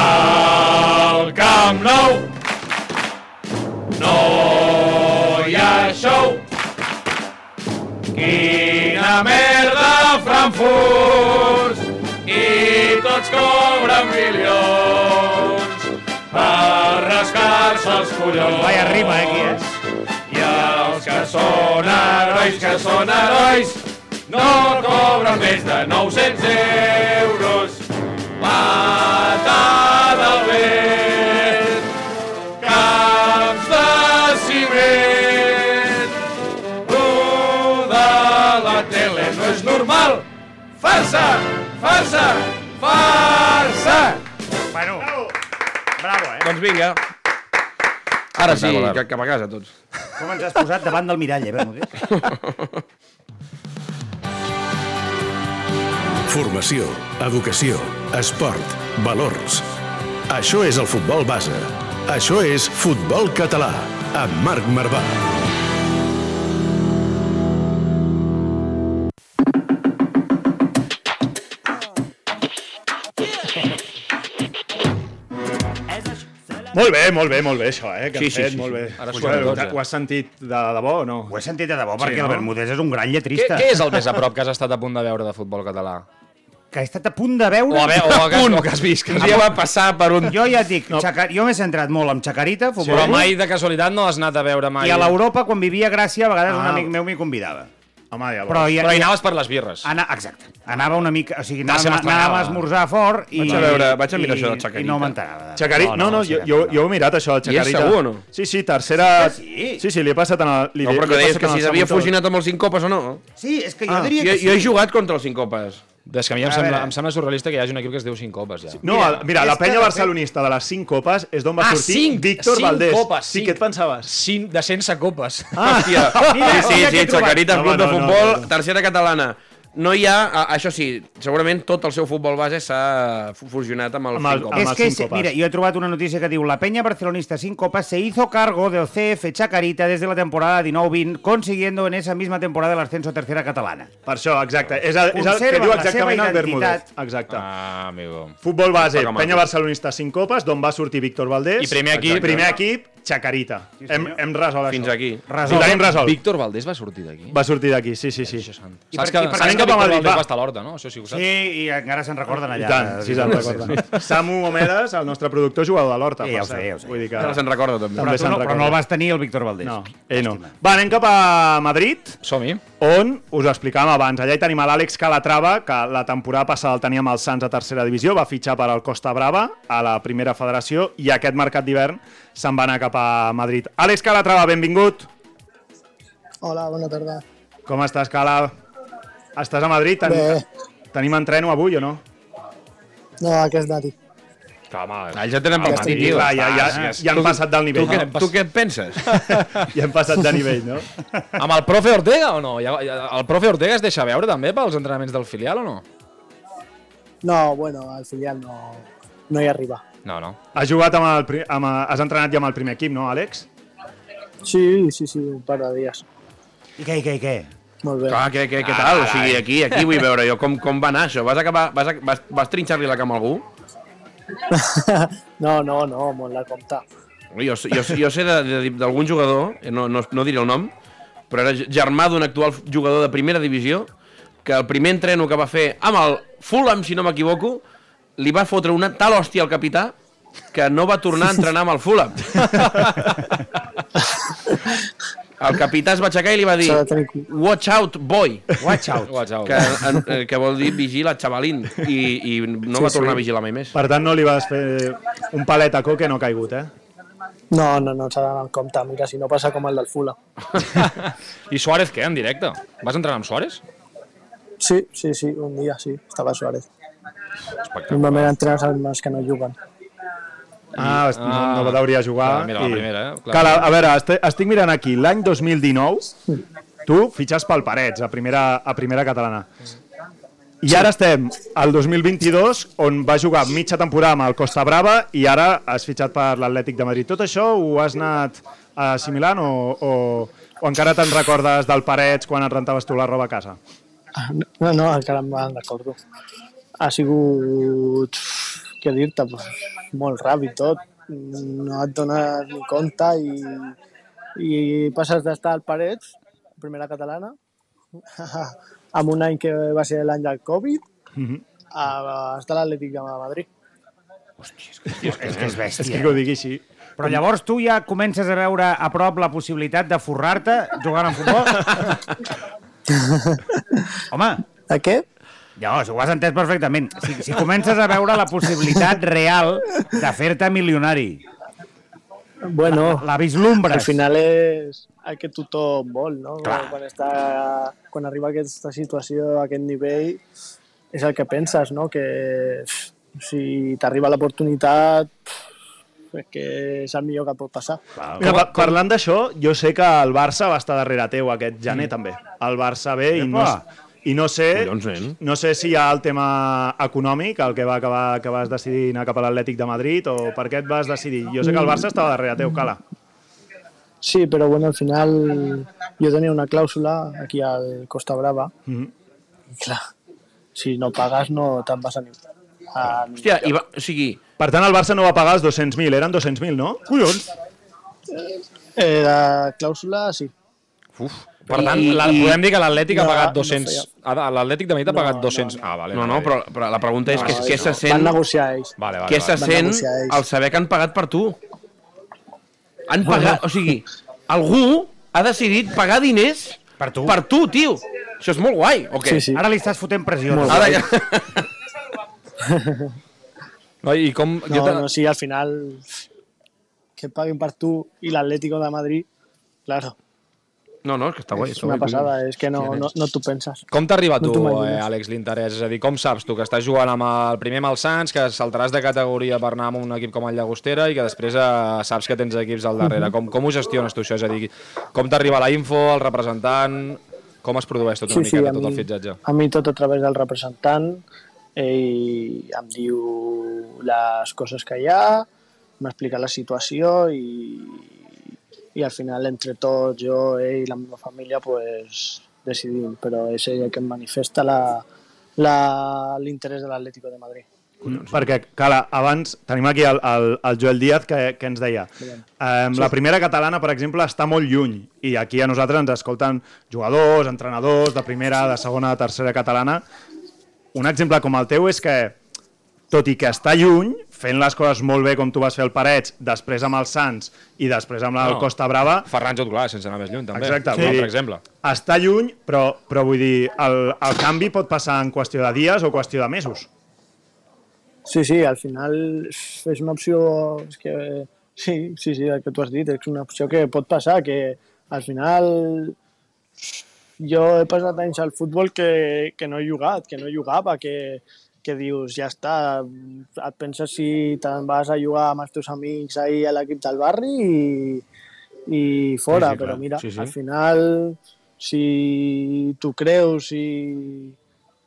G: Al Camp Nou no hi ha show. Quina merda, Frankfurt! I tots cobren milions per rascar-se els collons.
H: vaya rima, eh, aquí, eh?
G: I els que són herois, que són herois, no cobren més de 900 euros. Patada al vent, camps de ciment, l'u de la tele no és normal. Farsa, farsa, farsa.
H: Bueno, bravo, eh?
G: Doncs vinga, Ara sí,
F: Espectacular.
G: que, cap a casa tots.
H: Com ens has posat davant del mirall, eh, Bermúdez?
B: Formació, educació, esport, valors. Això és el futbol base. Això és Futbol Català, amb Marc Marvà.
E: Molt bé, molt bé, molt bé, això, eh? Que
G: Sí,
E: sí,
G: sí,
E: fet,
G: sí,
E: sí, molt
G: sí.
E: bé.
F: Ara
E: Ho-
F: són
E: ho-
F: dotze.
E: Ho has sentit de debò o no?
H: Ho he sentit de debò, perquè
E: no?
H: el Bermúdez és un gran
F: Què,
H: lletrista.
F: què és el més a prop que has estat a punt de veure de futbol català? [laughs]
H: Que he estat a punt de veure...
F: O a, ve, o a que, o que has vist. Que
G: Un dia va passar per un...
H: Jo ja et dic, no. xaca... jo m'he centrat molt en Chacarita, futbol,
F: Però mai de casualitat no has anat a veure mai.
H: i a l'Europa, quan vivia a Gràcia, a vegades ah. un
E: Ah.
H: amic meu m'hi convidava.
E: Home, ja
H: Però,
E: veus.
H: ja,
F: Però hi anaves per les birres.
H: Ana... Exacte. Anava una mica... O sigui,
F: Ah, se
H: anava,
F: m'estrenava.
H: anava a esmorzar fort i...
G: Vaig a veure- vaig a mirar
H: i-
G: això de Chacarita.
H: I no m'enterava. de-
E: Xacari... No, no, jo, jo, jo ho he mirat, això,
G: I és
E: Chacarita.
G: segur o no?
E: Sí, sí, tercera...
H: Sí.
E: sí, sí li he passat en el... Li,
G: No, però
E: li he
G: que deies
E: passat
G: que
E: en el
G: si s'havia
E: segon torn.
G: fusionat amb els cinc copes o no.
H: Sí, és que jo
E: Ah,
H: diria
G: Jo,
H: que sí.
G: jo he jugat contra els cinc copes.
F: Des que a mi em
H: A
F: sembla,
H: veure.
F: em sembla surrealista que hi hagi un equip que es diu 5 copes, ja.
E: No,
H: Mira,
E: mira, mira la
H: és que
E: penya
H: de fet-
E: barcelonista de les 5 copes és d'on va
F: Ah,
E: sortir
F: cinc!
E: Víctor
F: Cinc
E: Valdés.
F: copes,
E: sí,
F: cinc.
E: què et pensaves?
F: Cin de sense copes.
G: Ah,
E: [laughs]
G: Hòstia.
H: mira,
G: sí, sí,
H: mira què
G: sí,
H: he trobat.
G: Chacaritas,
E: No,
G: club
E: no,
G: de
E: no,
G: futbol,
E: no.
G: tercera catalana. No hi ha, a- això sí, segurament tot el seu futbol base s'ha fu- fusionat amb el
E: Amb el- amb
G: cinc copes.
H: Es que,
E: cinco
H: se-
E: pas.
H: mira, yo he trobat una noticia que diu la peña barcelonista sin copas se hizo cargo del CF Chacarita desde la temporada 19-20, consiguiendo en esa misma temporada el ascenso a tercera catalana.
E: Per això, exacte. És, el, és el que
H: Conserva
E: diu
H: la seva
E: exactament el Bermúdez.
H: identitat.
E: Exacte.
F: Ah, amigo.
E: Futbol base,
G: Toca maco.
E: penya barcelonista 5 copes, d'on va sortir Víctor Valdés.
F: I primer equip.
E: Primer equip, Chacarita. hem, hem resolt
G: Fins
E: això.
G: aquí.
E: Ho tenim resolt.
F: Víctor Valdés va sortir d'aquí.
E: Va sortir d'aquí, sí, sí, sí.
H: I
F: Saps
H: per-
F: que,
H: i per
F: saps
E: què
F: que
E: no va
F: Víctor
E: Madrid?
F: Valdés
E: Va.
F: va estar a l'Horta, no? Això sí que ho
H: Sí,
F: saps.
H: i encara se'n recorden
E: I
H: allà. eh,
E: tant, sí, se'n
H: Però
E: recorden. Samu Omedes, el nostre productor, jugador de l'Horta.
H: Sí,
E: per
H: ja ho sé,
E: cert.
H: ja ho sé.
E: Vull dir que...
G: Ara se'n recorda, també.
E: També
H: tu
E: se'n
H: no, però no el
E: recorda.
H: vas tenir el Víctor Valdés.
E: No, ell no.
H: Llàstima.
E: Va, anem cap a Madrid,
F: Som-hi.
E: on us ho explicàvem abans. Allà hi tenim a l'Àlex Calatrava, que la temporada passada el teníem al Sants a tercera divisió, va fitxar per al Costa Brava a la primera federació i aquest mercat d'hivern se'n va anar cap a Madrid. Àlex Calatrava, benvingut.
I: Hola, bona tarda.
E: Com estàs, Cala? Estàs a Madrid? Ten... Tenim entreno avui o no?
I: No, aquest dati.
G: Ells ja tenen pel
I: Ja
G: matí,
I: estic.
G: tio.
E: Clar, ja,
F: Ah,
E: ja, ja, ja han passat del
G: Ah, Tu
E: nivell.
G: què,
E: No?
G: tu què et penses?
E: Ja han passat de nivell, no?
F: Amb el profe Ortega o no? Ja- ja- El profe Ortega es deixa veure també pels entrenaments del filial o no?
I: No, bueno, al filial no, no hi arriba.
F: No, no.
E: Has jugat amb el, pri- amb, has entrenat ja amb el primer equip, no, Àlex?
I: Sí, sí, sí, un par de dies.
H: I què, i què, i què?
I: Molt bé.
G: Clar, Ah, què, què, què tal? O sigui, aquí, aquí vull veure jo com, com va anar això. Vas, acabar, vas, a- vas, vas trinxar-li la cama a algú?
I: No, no, no, molt la compta.
G: Jo, sé- jo, sé- jo sé de- de- d'algun jugador, eh, no, no, no diré el nom, però era germà d'un actual jugador de primera divisió que el primer entreno que va fer amb el Fulham, si no m'equivoco, li va fotre una tal hòstia al capità que no va tornar a entrenar amb el Fulham. El capità es va aixecar i li va dir
I: S'ha de tenir cul.
G: Watch out, boy!
H: Watch out.
F: What's up?
G: que, en, eh, que vol dir vigila, xavalín, i, i no sí, va tornar sí. a vigilar mai més.
E: Per tant, no li vas fer un palet a coque, no ha caigut, eh?
I: No, no, no, s'ha d'anar amb compte. Mira, si no passa com el del Fula.
F: I Suárez què, en directe? Vas entrenar amb Suárez?
I: Sí, sí, sí, un dia, sí, estava Suárez. Normalment entrenes amb els que no juguen.
E: Ah, no, no hauria jugar.
F: Clar, mira, la primera, eh? Clar.
E: Clar, a veure, estic, estic mirant aquí. L'any 2019, tu fitxes pel Parets, a primera, a primera catalana. I ara estem al 2022, on va jugar mitja temporada amb el Costa Brava i ara has fitxat per l'Atlètic de Madrid. Tot això ho has anat eh, assimilant o, o, o encara te'n recordes del Parets quan et rentaves tu la roba a casa?
I: No, no, encara me'n recordo. Ha sigut, què dir-te, pues, molt ràpid tot. No et dones ni compte i, i passes d'estar al Parets, primera catalana, [laughs] amb un any que va ser l'any del Covid, a estar a l'Atlètic de Madrid.
H: És que és
E: És
H: bèstia.
E: que ho digui així.
H: Però llavors tu ja comences a veure a prop la possibilitat de forrar-te jugant a [laughs] futbol? Home,
I: De què?
H: No, si ho has entès perfectament. Si, si comences a veure la possibilitat real de fer-te milionari,
I: Bueno,
H: la vislumbres.
I: al final és el que tothom vol, no?
H: Clar.
I: Quan, està, quan arriba a aquesta situació, a aquest nivell, és el que penses, no? Que pff, si t'arriba l'oportunitat, pff, és que és el millor que pot passar.
E: Mira, pa parlant d'això, jo sé que el Barça va estar darrere teu aquest gener, mm. també. El Barça ve i no, i no sé...
G: Collons, nen.
E: No sé si hi ha el tema econòmic, el que va acabar que vas decidir anar cap a l'Atlètic de Madrid, o per què et vas decidir. Jo sé que el Barça estava darrere teu, Cala.
I: Sí, però bueno, al final jo tenia una clàusula aquí al Costa Brava
E: Mm
G: Mhm.
E: -hmm.
I: i clar, si no pagues no te'n vas a Ah, ni... A ni
G: Hòstia, i va, o sigui,
E: Per tant, el Barça no va pagar els 200.000, eren 200.000, no? Collons!
I: eh, la clàusula sí.
G: uf,
F: Per tant, la, podem dir que l'Atlètic ha
I: No,
F: pagat
I: no
F: 200...
I: feia.
F: Ah, L'Atlètic de Madrid ha pagat
I: no,
F: 200... Ah, vale.
G: no,
F: vale,
G: no,
F: vale.
G: però, però la pregunta és què, què se
I: Ah, Van
G: sent,
I: negociar ells.
F: Vale, vale,
G: què se
F: vale.
I: Van
G: sent
I: negociar ells.
G: al saber que han pagat per tu? Han pagat, o sigui, algú ha decidit pagar diners
H: Per tu.
G: Per tu, tio. Això és molt guai, o què?
I: Sí, sí.
H: Ara li estàs fotent pressió. tu.
G: Ara ja... [laughs]
F: No, I com... jo
I: No,
F: te-
I: no, sí, al final que paguen per tu i l'Atlético de Madrid, claro,
G: No, no, és que està guai.
I: és
G: està
I: una
G: guai,
I: passada, eh.
G: collons.
I: és que no, no, no t'ho penses.
F: Com t'arriba
I: No
F: tu,
I: t'ho
F: eh,
I: imagines.
F: Àlex, l'interès? És a dir, com saps tu que estàs jugant amb el primer amb el Sants, que saltaràs de categoria per anar amb un equip com el Llagostera i que després eh, saps que tens equips al
I: Mhm.
F: darrere. Com, com ho gestiones tu, això? És a dir, com t'arriba la info, el representant... Com es produeix tot Tota una sí, miqueta, sí, tot el fitxatge?
I: A mi tot a través del representant ell em diu les coses que hi ha, m'explica la situació i, i al final entre tots, jo, ell i la meva família pues, decidim, però és ell el que em manifesta la- la- l'interès de l'Atlético de Madrid.
E: Mm, Perquè, Cala, abans tenim aquí el, el, el Joel Díaz que, que ens deia um, la primera catalana, per exemple, està molt lluny i aquí a nosaltres ens escolten jugadors, entrenadors de primera, de segona, de tercera catalana un exemple com el teu és que tot i que està lluny, fent les coses molt bé com tu vas fer el Parets, després amb els Sants i després amb la no.
F: No.
E: Costa Brava,
F: Ferran Jot, clar, sense anar més lluny, també.
E: Exacte,
F: sí.
E: vull dir,
F: per exemple.
E: està lluny, però, però vull dir, el, el canvi pot passar en qüestió de dies o qüestió de mesos.
I: Sí, sí, al final és una opció és que, sí, sí, sí, el que tu has dit, és una opció que pot passar, que al final jo he passat anys al futbol que, que no he jugat, que no jugava, que, que dius, ja està, et penses si te'n vas a jugar amb els teus amics ahir a l'equip del barri i, i fora,
G: Sí, sí,
I: sí, sí, però
G: clar,
I: mira,
G: sí,
I: sí,
G: sí.
I: sí. al final si tu creus i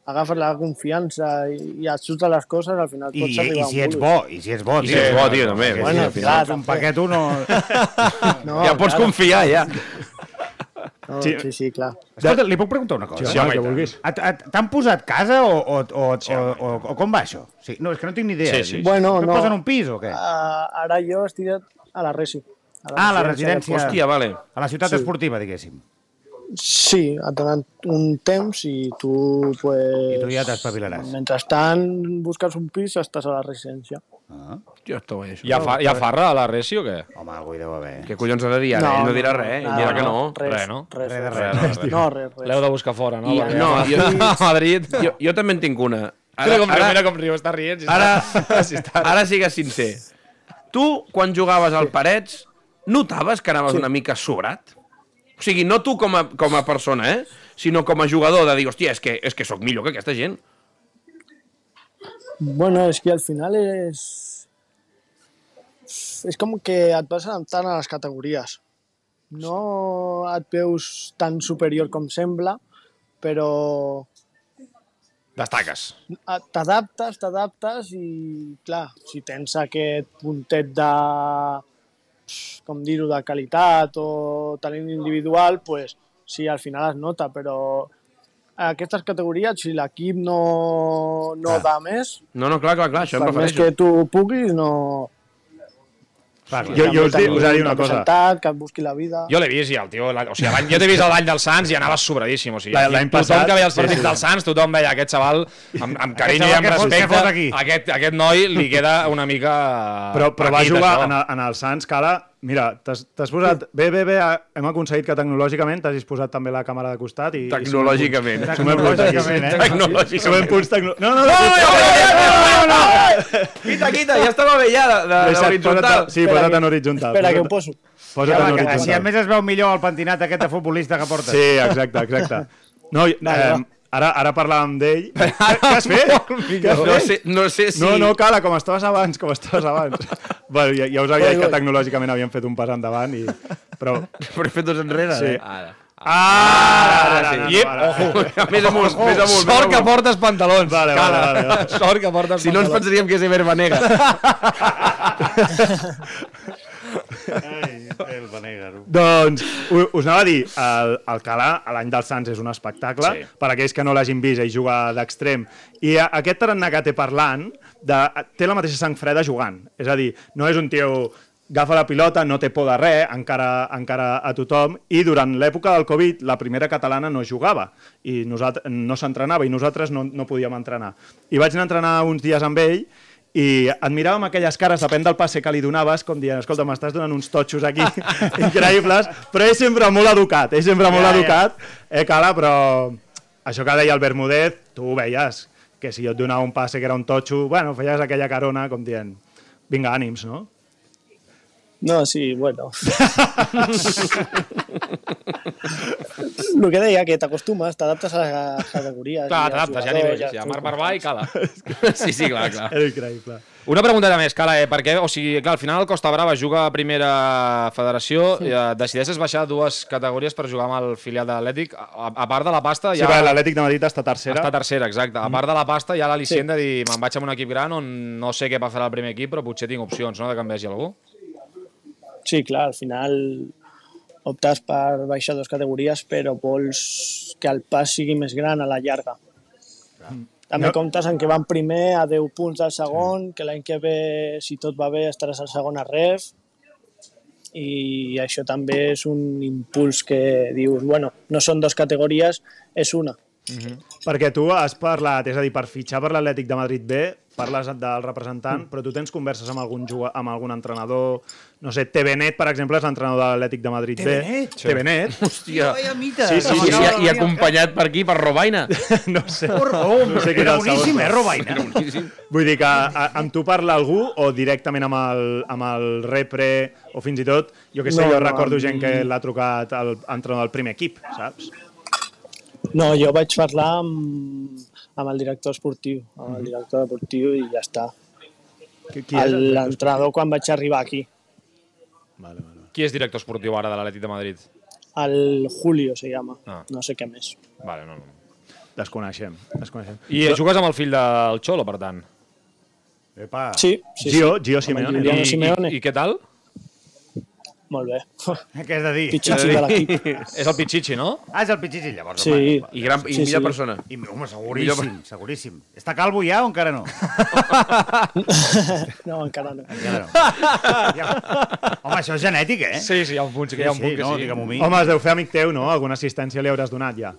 I: agafes la confiança i, i et surten les coses, al final
H: I,
I: pots
H: i,
I: arribar
H: I
I: on
H: si ets
I: vulguis.
H: bo, i si ets bo,
G: I
H: tio.
G: si ets bo, tio, també.
H: Perquè
I: Bueno,
H: si al final
I: clar,
H: ets un
I: també.
H: paquet, un... No...
I: No,
G: Ja pots
I: clar,
G: confiar, ja.
I: No,
E: Sí.
I: sí. sí, sí, clar.
H: Escolta, li puc preguntar una cosa?
E: Sí, home, el que vulguis.
H: A- a- T'han posat casa o, o, o, o, o, o com va això? Sí, no, és que no tinc ni idea.
G: Sí, sí, sí.
I: Bueno,
H: Et
I: no.
H: posen un pis o què?
I: Uh, ara jo estic a la Resi.
H: Ah, a la residència.
G: Hòstia, vale.
H: A la ciutat
I: Sí.
H: esportiva, diguéssim.
I: Sí, et donen un temps i tu, pues,
H: I tu ja t'espavilaràs.
I: Mentrestant busques un pis, estàs a la residència.
G: Hòstia, està guai, això. eh.
F: Hi ha, fa, hi ha farra a la Resi o què?
H: Home, algú hi deu haver.
G: Què collons ha de dir ara? No, Ell no dirà res, ell dirà que no.
I: Res,
F: Res, no?
I: Res,
H: Res de
I: res.
H: res.
I: No, res,
F: L'heu
I: res.
F: de buscar fora, no?
I: I-
F: Perquè-
G: No, jo,
F: [laughs] a Madrid...
G: jo, jo també en tinc una.
F: Ara, mira com, riu, mira com riu, està rient. si està-
G: Ara,
F: si està-
G: ara sigues sincer. Tu, quan jugaves al Parets, notaves que anaves una mica sobrat? O sigui, no tu com a, com a persona, eh? Sinó com a jugador, de dir, hòstia, és que, és que sóc millor que aquesta gent.
I: Bueno, és que al final és... És com que et vas adaptant a les categories. No et veus tan superior com sembla, però
F: Destaques.
I: a- t'adaptes, t'adaptes i, clar, si tens aquest puntet de, com dir-ho, de qualitat o talent individual, pues, sí, al final es nota, però a aquestes categories, si l'equip no, no ah. da més,
G: No, no, clar, clar, clar, això em
I: per més
G: refereixo.
I: que tu puguis, no...
E: Jo, jo us, di, us
I: També
E: diré una cosa.
I: representat, Que et busqui la vida.
F: Jo l'he vist i el tio... La, o sigui, l'any- jo t'he vist l'any del Sants i anava sobradíssim. O sigui,
E: L'any-
F: aquí
E: l'any
F: tothom
E: passat,
F: que veia els
E: sí,
F: partits
E: sí.
F: del Sants, tothom veia aquest xaval amb, amb carinyo i
H: xaval
F: amb
H: que fot- que
F: respecte.
H: fot aquí.
F: Aquest, aquest noi li queda una mica...
E: Però, però va
F: petit,
E: jugar
F: això.
E: en,
F: [laughs]
E: el- en el Sants, que ara, mira, t'has t'has posat... Bé, bé, bé, ah, hem aconseguit que tecnològicament t'hagis posat també la càmera de costat i...
G: Tecnològicament.
E: I sumem punts, tecnològicament,
H: Tecnològicament, eh?
E: eh? Tecnològicament. Sumem punts tecnològicament. No, no, no!
G: Quita, quita, ja estava bé ja, de, de, de
E: Deixa't,
G: horitzontal.
E: posa't- Sí, posa't en horitzontal.
I: Espera, que
E: posa't-
I: ho poso.
E: Posa't en
H: Si a
E: horitzontal.
H: més es veu millor el pentinat aquest de futbolista que portes.
E: Sí, exacte, exacte. No, i,
I: Vale,
E: eh,
I: va.
E: Ara, ara parlàvem d'ell. Què has fet? Què has
G: No
E: fet?
G: sé, no sé si...
E: No, no, cala, com estaves abans, com estaves abans. bueno, ja, ja us havia
I: Ui,
E: dit que
I: ui.
E: tecnològicament havíem fet un pas endavant, i... però...
G: Però he fet dos enrere.
E: Sí.
G: Eh?
F: Ara.
E: Ah,
G: Ara sí. Iep,
E: ojo.
G: [laughs] Més amunt, més amunt. més
F: Sort que
G: amunt.
F: portes pantalons.
E: Vale, vale,
F: cara.
E: vale,
G: [laughs]
E: vale.
F: Sort que portes
G: Si no ens
F: pantalons.
G: pensaríem que és Eber Banega. [laughs]
E: Doncs u- us anava a dir, el, el Calà, a l'any dels Sants, és un espectacle.
G: Sí.
E: Sí. Per aquells que no l'hagin vist, ell juga d'extrem. I a- aquest tarannà que té parlant de, té la mateixa sang freda jugant. És a dir, no és un tio agafa la pilota, no té por de res, encara, encara a tothom, i durant l'època del Covid la primera catalana no jugava, i nosaltres, no s'entrenava, i nosaltres no, no podíem entrenar. I vaig anar a entrenar uns dies amb ell, i admiràvem aquelles cares, depèn del passe que li donaves, com dient, escolta, m'estàs donant uns totxos aquí increïbles, però és sempre molt educat, és sempre molt
H: Ja, ja.
E: educat, eh, Cala, però això que deia el Bermúdez, tu ho veies, que si jo et donava un passe que era un totxo, bueno, feies aquella carona, com dient, vinga, ànims, no?
I: No, sí,
E: [laughs]
I: bueno. Lo que deia, que t'acostumes, t'adaptes a les
F: Clar,
I: categories. i als
F: t'adaptes, ja
I: jugadors,
F: nivells.
I: i
F: Ja,
I: als teus
F: Marc Barbà i Cala.
G: Sí, sí, clar, clar.
E: Era increïble.
F: Una pregunteta més, Cala, eh? perquè, o sigui, clar, al final el Costa Brava juga a primera federació, sí. eh, decideixes baixar dues categories per jugar amb el filial de l'Atlètic, a, a part de la pasta
E: Sí,
F: ja...
E: però l'Atlètic de Madrid està tercera.
F: Està tercera, exacte. A part de la pasta, hi ha l'al·licient sí. de dir me'n vaig amb un equip gran on no sé què passarà al primer equip, però potser tinc opcions, no?, de que em vegi algú.
I: Sí, clar, al final optes per baixar dues categories, però vols que el pas sigui més gran a la llarga.
E: No.
I: També no. comptes en que van primer a 10 punts del segon, que l'any que ve, si tot va bé, estaràs al segon a ref, i això també és un impuls que dius, bueno, no són dues categories, és una.
E: Perquè tu has parlat, és a dir, per fitxar per l'Atlètic de Madrid B, parles del representant, però tu tens converses amb algun, juga, amb algun entrenador, no sé, TVNet, per exemple, és l'entrenador de l'Atlètic de Madrid
J: TVNet?
E: B. TVNet?
G: Hòstia.
E: Sí, sí,
G: I,
E: sí.
G: i, i acompanyat per aquí, per Robaina. [laughs]
E: No sé.
J: Porrom,
E: No sé qui
J: era
E: era el segon.
J: boníssim, eh, Robaina?
E: Vull dir que a, amb tu parla algú o directament amb el, amb el repre o fins i tot, jo que sé,
I: No,
E: jo
I: no,
E: recordo
I: amb-
E: gent que l'ha trucat al entrenador del primer equip, saps?
I: No, jo vaig parlar amb, amb el director esportiu, amb el director deportiu i ja està.
E: Mhm. Qui, qui és el-
I: L'entrenador quan vaig arribar aquí.
F: Qui és director esportiu ara de l'Atlètic de Madrid?
I: Al Julio se llama.
F: Ah.
I: No sé qué mes.
F: Vale, no, no.
E: Desconeixem, desconeixem.
F: I eh, jugues amb el fill del Xolo, per tant.
J: Epa.
I: Sí, sí,
E: Gio, Gio
I: el
E: Simeone.
I: Julián.
F: I,
I: Simeone.
F: i, i què tal?
I: sí. Molt
E: [laughs]
I: [laughs] bé.
J: [laughs] Què has de dir?
I: Pitxitxi de l'equip.
F: És el Pichichi, no?
J: Ah, és el pitxici, llavors. Home.
I: Sí,
G: I, gran, i
I: Sí,
G: millor
I: sí.
G: persona.
J: I, home, seguríssim, seguríssim. Està calvo ja o
E: [laughs]
J: encara no?
I: [laughs] no, encara no.
J: Encara no. Ja. Home, això és genètic, eh?
F: Sí, sí, hi ha un punt, sí, que hi ha un punt que
J: no,
F: sí.
J: digue'm-ho a mi.
E: Home, es deu fer amic teu, no? Alguna assistència li hauràs donat ja.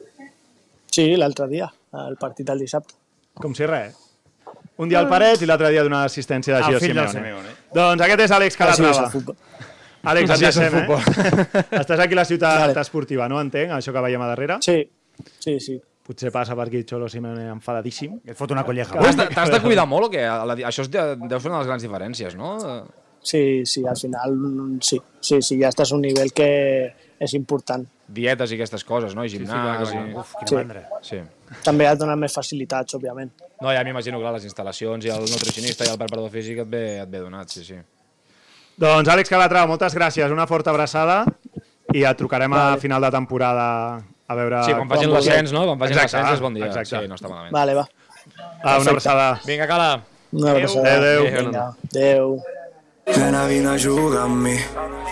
I: Sí, l'altre dia, al partit del dissabte.
E: Com si res. Un dia al Parets i l'altre dia donar assistència de
J: El
E: Gio
J: Ah, fill del
E: Simeone.
J: Simeone.
E: Doncs aquest és Àlex
I: Així és el
E: Calatrava.
I: futbol.
E: Àlex,
F: Així
E: ens
F: és el
E: deixem, eh? [laughs] Estàs aquí a la ciutat
I: Vale.
E: esportiva, no? Entenc, això que veiem a darrere.
I: Sí, sí, sí.
E: Potser passa per aquí Xolo Simeone enfadadíssim.
J: Et fot una colleja.
F: T'has de, t'has de cuidar molt o què? La, di- això és, de- deu ser una de les grans diferències, no?
I: Sí, sí, al final mm, sí, sí, sí, ja estàs a un nivell que és important.
F: Dietes i aquestes coses, no? I gimnàs... Sí,
J: Uf, quina
I: Sí.
J: mandra.
F: sí.
I: També et donen més facilitats, òbviament.
F: No, ja m'imagino, clar, les instal·lacions i el nutricionista i el preparador físic et ve, et ve donat, sí, sí.
E: Doncs Àlex Calatrava, moltes gràcies. Una forta abraçada i et trucarem a final de temporada a veure...
F: Sí, quan facin l'ascens, no? Quan facin
E: Ah, Exacte,
F: l'ascens és bon dia.
E: exacte.
F: Sí, no està malament.
I: Vale, va.
E: Ah, una abraçada.
F: Vinga, Cala.
I: Una abraçada.
E: Adéu.
I: Vinga, adéu.
D: Nena, vine a jugar amb mi.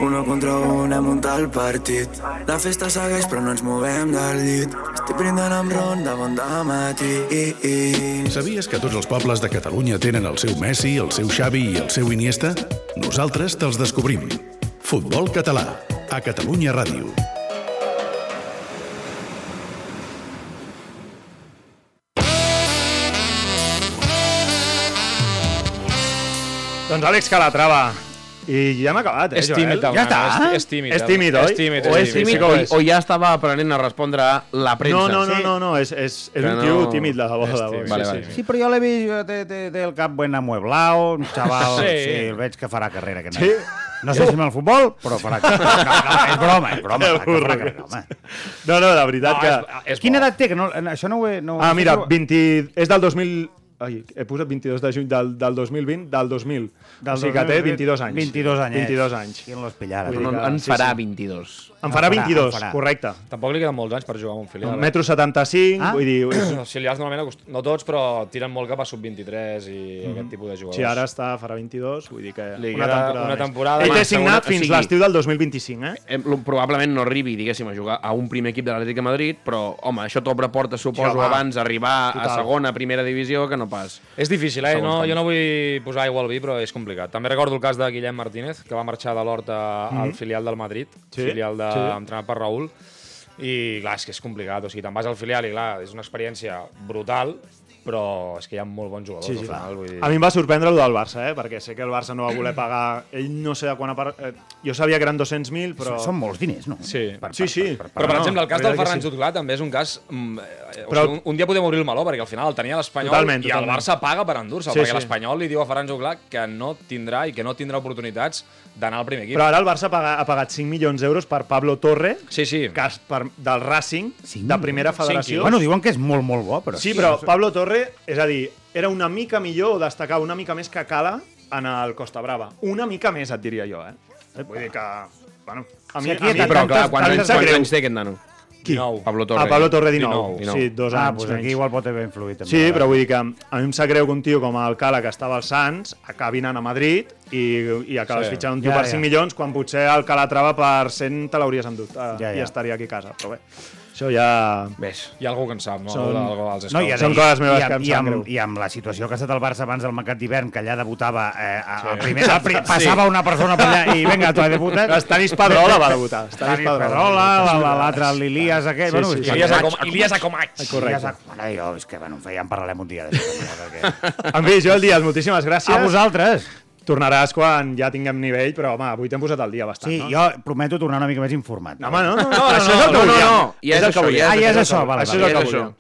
D: Uno contra un hem muntat el partit. La festa segueix però no ens movem del llit. Estic brindant amb ron de bon dematí.
B: Sabies que tots els pobles de Catalunya tenen el seu Messi, el seu Xavi i el seu Iniesta? Nosaltres te'ls descobrim. Futbol català, a Catalunya Ràdio.
E: Doncs Àlex Calatrava. I ja hem acabat, eh,
F: És tímid,
E: Joel?
F: el nano, és- és tímid,
E: És
F: el-
E: tímid,
F: és
E: oi?
F: tímid,
E: o
F: és
E: és
F: tímid,
E: tímid,
F: sí.
E: o
G: O, o ja estava aprenent a respondre a la premsa.
E: No, no, no, no, no, és, és, és
G: Que
E: un tio
G: no-
E: tímid, de debò, de debò.
F: Estim,
E: Sí,
F: vale,
E: sí.
F: vale.
J: Sí, però jo l'he vist, jo té, té, té el cap ben amueblao, un xaval,
F: Sí.
J: sí. sí, el veig que farà carrera. Aquest
E: Sí?
J: noi.
H: No sé si amb el futbol, però farà... No, no, és broma, és broma. clar que farà carrera, home.
E: No, no, la veritat que...
H: Quina edat té? Que no, això no ho he... No,
E: Ah, mira,
H: no,
E: 20... és del 2000... Ai, he posat 22 de juny del, del 2020, del 2000. Del o sigui que té 22 anys.
H: 22 anys.
E: 22 anys.
H: Qui en los pillara?
E: Vull
H: tu?
E: dir que-
K: En
E: sí,
K: farà
E: sí.
K: 22.
E: En farà
H: En farà,
E: 22,
H: en farà.
E: correcte.
F: Tampoc li queden molts anys per jugar amb un filial.
E: Un
F: eh?
E: metro 75,
H: Ah.
E: vull dir... és-
F: Els filials normalment, acost- no tots, però tiren molt cap a sub-23 i aquest tipus de jugadors.
E: Si Mhm. ara està, farà 22, vull dir que
K: Li
E: una
K: queda
E: temporada,
F: una
E: més.
F: temporada
E: Ell té
K: més, segona-
E: signat
K: o
E: fins
K: sigui-
E: l'estiu del 2025, eh?
K: Em- lo- probablement no arribi, diguéssim, a jugar a un primer equip de l'Atlètic de Madrid, però, home, això t'obre portes, suposo,
E: home.
K: abans d'arribar a
E: Total.
K: segona, primera divisió, que no pas.
F: És difícil, eh?
K: Segons
F: No,
K: com.
F: jo no vull posar aigua al vi, però és complicat. També recordo el cas de Guillem Martínez, que va marxar de l'Horta al filial del Madrid,
E: Mhm. Sí,
F: filial de,
E: sí.
F: entrenat per Raül, i clar, és que és complicat. O sigui, te'n vas al filial i clar, és una experiència brutal, però és que hi ha molt bons jugadors
E: Sí, sí,
F: al final. Vull dir...
E: A mi em va sorprendre el del Barça, eh? perquè sé que el Barça no va voler pagar... Ell no sé de quan... A par... eh, jo sabia que eren 200.000, però...
H: Són molts diners, no?
F: Sí.
E: Sí, sí.
F: Però, per
E: no,
F: exemple, el cas
E: la veritat Ah,
F: del
E: que
F: Ferran
E: sí.
F: Jutglà també és un cas... mm, eh, o
E: Però-
F: sigui, un, un dia podem obrir el maló, perquè al final el tenia l'Espanyol
E: Totalment,
F: i el
E: totalment.
F: Barça paga per endur-se'l,
E: Sí,
F: perquè
E: sí.
F: l'Espanyol li diu a Ferran Jutglà que no tindrà i que no tindrà oportunitats d'anar al primer equip.
E: Però ara el Barça paga, ha pagat 5 milions d'euros per Pablo Torre,
F: Sí, sí.
E: que és per, del Racing,
H: Cinc?
E: de primera federació.
H: Bueno, diuen que és molt, molt bo, però...
E: Sí, però Pablo Torre, és a dir, era una mica millor o destacava una mica més que Cala en el Costa Brava. Una mica més, et diria jo, eh? Vull dir que... Bueno, a mi,
H: Sí, aquí
E: a mi
H: hi ha
K: Sí, però,
H: tantes-
K: clar, quants
E: em
K: anys,
E: sap
K: quants
E: greu.
K: anys té aquest nano?
E: Qui?
F: 19.
K: Pablo Torre.
E: Ah, Pablo Torre, 19.
K: 19.
E: Sí, dos
H: Ah,
E: anys.
H: doncs
E: dos
H: aquí
E: anys.
H: igual pot haver influït. també,
E: Sí,
H: eh?
E: però vull dir que a mi em sap greu que un tio com el Cala, que estava al Sants, acabi anant a Madrid i, i acabes
F: Sí.
E: sí. fitxant un tio
H: Ja,
E: ja, per
H: ja.
E: 5 milions quan potser el Cala Trava per 100 te l'hauries endut eh,
H: Ja,
E: ja, ja.
H: ja.
E: i estaria aquí a casa. Però bé, això ja...
K: Ves.
F: Ah, Hi ha algú que en sap, no?
E: Són-
F: Són... Dels
H: No, i,
F: scouts.
H: ara-
E: Són
H: i-
E: coses meves
H: i,
E: que em
H: i,
E: sap greu.
H: amb, I amb la situació que ha estat el Barça abans del mercat d'hivern, que allà debutava... Eh, a, a primer, a, pri, passava una persona per allà i vinga, tu de puta...
E: Estanis Pedrola va debutar. Estanis Pedrola.
H: Pedrola, l'altre l'Ilias aquell... bueno,
E: sí, sí.
H: és que-
F: Ilias Acom- Ilias Acomach.
H: Ilias Ac- Ara jo, és que, bueno, ja en parlarem un dia. d'això,
E: [laughs]
H: perquè-
E: En fi, Joel Díaz, moltíssimes gràcies.
H: A vosaltres!
E: Tornaràs quan ja tinguem nivell, però home, avui t'hem posat al dia bastant,
H: Sí,
E: Ah, no?
H: jo prometo tornar una mica més informat.
E: No, home, no, no, no,
K: no,
E: això és el
K: no,
E: que
K: no,
E: volíem.
K: no, ja és
E: el que
K: això,
E: volíem.
K: ja.
H: Ah, ja és això, vale,
E: Això és
K: vale,
E: el
K: ja
E: que
K: és
E: volíem.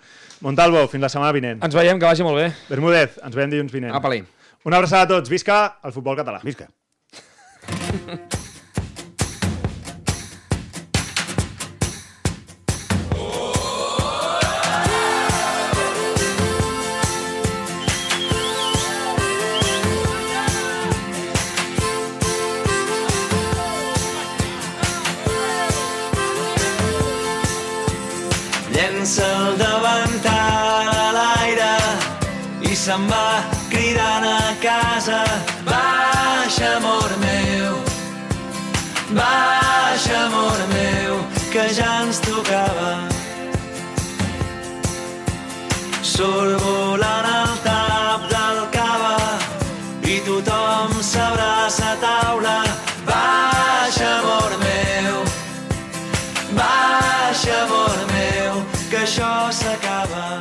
E: Montalvo, fins la setmana vinent.
F: Ens veiem, que vagi molt bé.
E: Bermúdez, ens veiem dilluns vinent.
K: Apa-li.
E: Una abraçada a tots. Visca el futbol català.
H: Visca.
D: Llença el davantal a l'aire i se'n va cridant a casa. Baixa, amor meu, baixa, amor meu, que ja ens tocava. Surt volant el tap del cava i tothom s'abraça a taula. Baixa, amor meu, Baixa, amor meu, que això s'acaba.